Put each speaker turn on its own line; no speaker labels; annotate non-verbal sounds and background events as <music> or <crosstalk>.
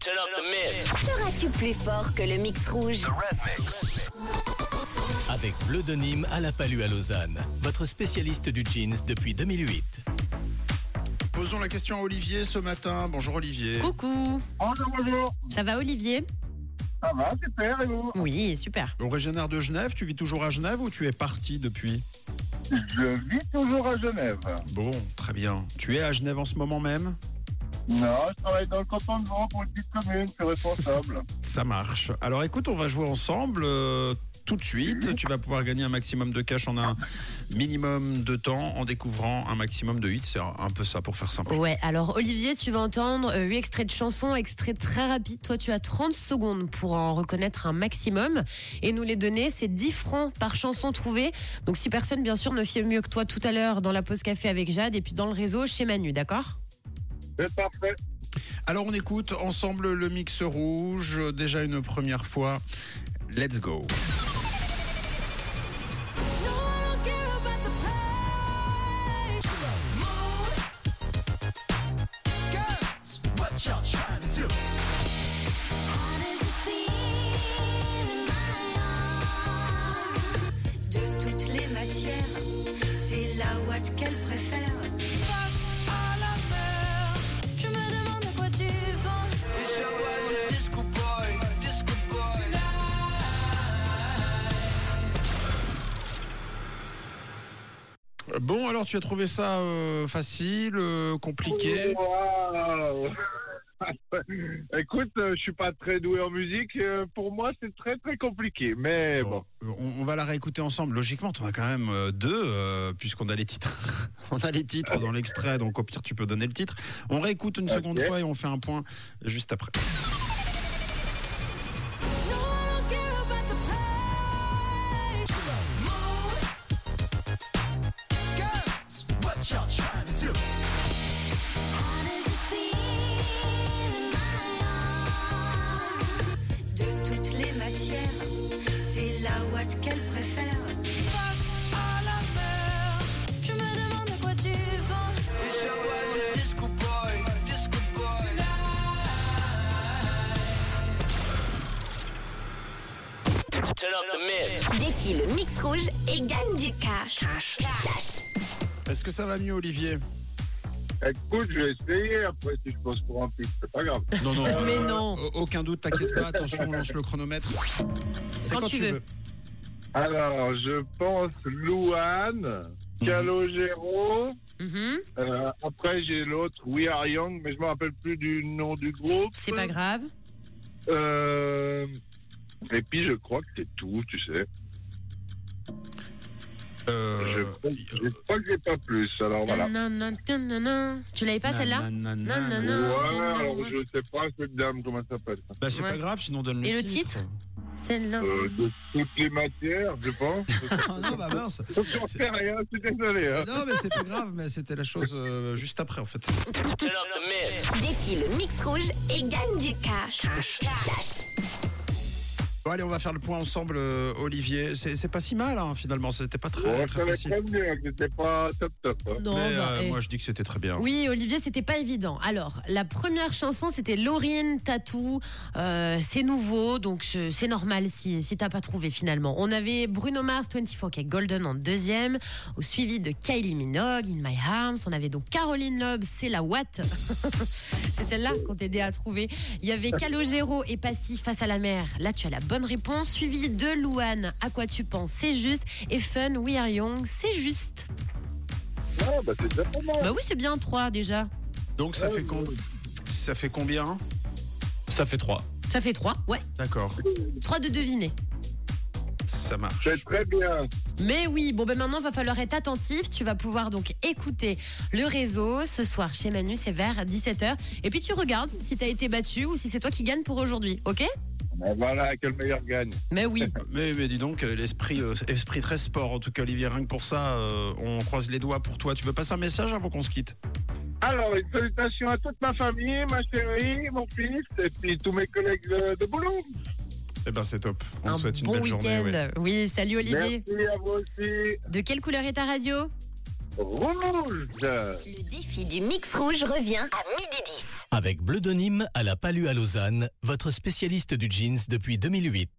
Turn up the mix.
Seras-tu plus fort que le mix rouge
Red mix.
Avec Bleu de Nîmes à la Palue à Lausanne, votre spécialiste du jeans depuis 2008.
Posons la question à Olivier ce matin. Bonjour Olivier.
Coucou,
Bonjour, bonjour.
ça va Olivier
Ça va, super, et vous
Oui, super.
Originaire de Genève, tu vis toujours à Genève ou tu es parti depuis
Je vis toujours à Genève.
Bon, très bien. Tu es à Genève en ce moment même
Non, je travaille dans le cantonnement pour une petite commune, je suis responsable.
Ça marche. Alors écoute, on va jouer ensemble euh, tout de suite. Tu vas pouvoir gagner un maximum de cash en un minimum de temps en découvrant un maximum de hits. C'est un peu ça pour faire simple.
Ouais, alors Olivier, tu vas entendre 8 extraits de chansons, extraits très rapides. Toi, tu as 30 secondes pour en reconnaître un maximum et nous les donner. C'est 10 francs par chanson trouvée. Donc si personne, bien sûr, ne fait mieux que toi tout à l'heure dans la pause café avec Jade et puis dans le réseau chez Manu, d'accord
C'est parfait.
Alors on écoute ensemble le mix rouge, euh, déjà une première fois. Let's go.
De toutes les matières, c'est la ouate qu'elle préfère. Face à la mer, je me demande à quoi tu penses.
Euh, Bon, alors tu as trouvé ça euh, facile, euh, compliqué
Waouh. <laughs> Écoute, euh, je suis pas très doué en musique. euh, Pour moi, c'est très très compliqué. Mais
Oh.
bon,
Bon, Euh, on, on va la réécouter ensemble. Logiquement, tu en as quand même euh, deux, euh, puisqu'on a les titres. <laughs> on a les titres dans l'extrait, donc au pire, tu peux donner le titre. On réécoute une seconde
Ok.
fois et on fait un point juste après.
De toutes les matières, c'est la ouate qu'elle préfère. Face à la mer, je me demande à quoi tu penses.
Turn up the mix.
Défie le mix rouge et gagne du cash. Cash.
Est-ce que ça va mieux, Olivier
<laughs>
écoute, je vais essayer. Après, si je pose pour un pic, c'est
<laughs>
pas grave.
Non, non.
Mais non.
a- Aucun doute, t'inquiète pas. Attention, on lance le chronomètre. C'est
Quand tu veux.
Alors, je pense Louane, Calogero.
Mhm,
euh, après, j'ai l'autre We Are Young, mais je me rappelle plus du nom du groupe.
C'est pas grave.
Euh, et puis je crois que c'est tout, tu sais. Je,
Euh,
crois, je crois que j'ai pas plus, alors voilà.
Nan, nan, nan, nan, nan. Tu l'avais pas celle-là
nanana.
Non, non, Euh, non.
ouais,
c'est
alors
normal.
je sais pas cette dame comment ça s'appelle. ça.
Bah, c'est
Ouais.
pas grave, sinon donne le
Et
titre.
le Celle-là.
Euh, de toutes les matières,
<laughs>
je pense.
Ah non, bah
<laughs>
mince.
J'en sais rien, je suis désolé. hein.
Non, mais c'est pas grave, mais c'était la chose euh, juste après, en fait.
Turn up the mix.
Défie le mix rouge et gagne du cash. Cash.
Bon, allez, on va faire le point ensemble, euh, Olivier. C'est c'est pas si mal, hein, finalement. C'était pas très,
Bon, je
très
t'avais
facile.
prévenu hein, que c'était pas top top. hein.
Non,
Mais,
bah,
euh,
eh.
moi, je dis que c'était très bien.
Oui, Olivier, c'était pas évident. Alors, la première chanson, c'était Laurine Tatou. Euh, c'est nouveau, donc euh, c'est normal si, si t'as pas trouvé finalement. On avait Bruno Mars, 24 K Golden en deuxième, au suivi de Kylie Minogue, In My Arms. On avait donc Caroline Loeb, C'est la Watt. <laughs> c'est celle-là qu'on t'aidait à trouver. Il y avait Calogero et Passy face à la mer. Là, tu as la bonne réponse, suivi de Louane, À quoi tu penses, c'est juste. Et Fun, We Are Young, c'est juste.
Ouais, bah c'est déjà pas mal.
Bah oui, c'est bien trois déjà.
Donc, ça fait, com- ça fait combien Ça fait 3.
Ça fait trois, ouais.
D'accord,
Trois de deviner.
ça marche.
C'est très bien.
Mais oui, bon ben maintenant va falloir être attentif. Tu vas pouvoir donc écouter le réseau ce soir chez Manu, c'est vers 17h. Et puis tu regardes si t'as été battu ou si c'est toi qui gagne pour aujourd'hui, ok
Bah, voilà, que le meilleur gagne.
Mais oui.
Mais, mais dis donc, euh, l'esprit euh, esprit très sport, en tout cas, Olivier, rien que pour ça, euh, on croise les doigts pour toi. Tu veux passer un message avant qu'on se quitte
Alors, une salutation à toute ma famille, ma chérie, mon fils, et puis tous mes collègues euh, de, de boulot.
Eh ben, c'est top. On
un
te souhaite une
bon
belle journée.
week-end.
ouais.
Oui, salut Olivier.
Merci à vous aussi.
De quelle couleur est ta radio
Rouge.
Le défi du mix rouge revient à midi 10.
Avec Bleu de Nîmes à la Palue à Lausanne, votre spécialiste du jeans depuis 2008.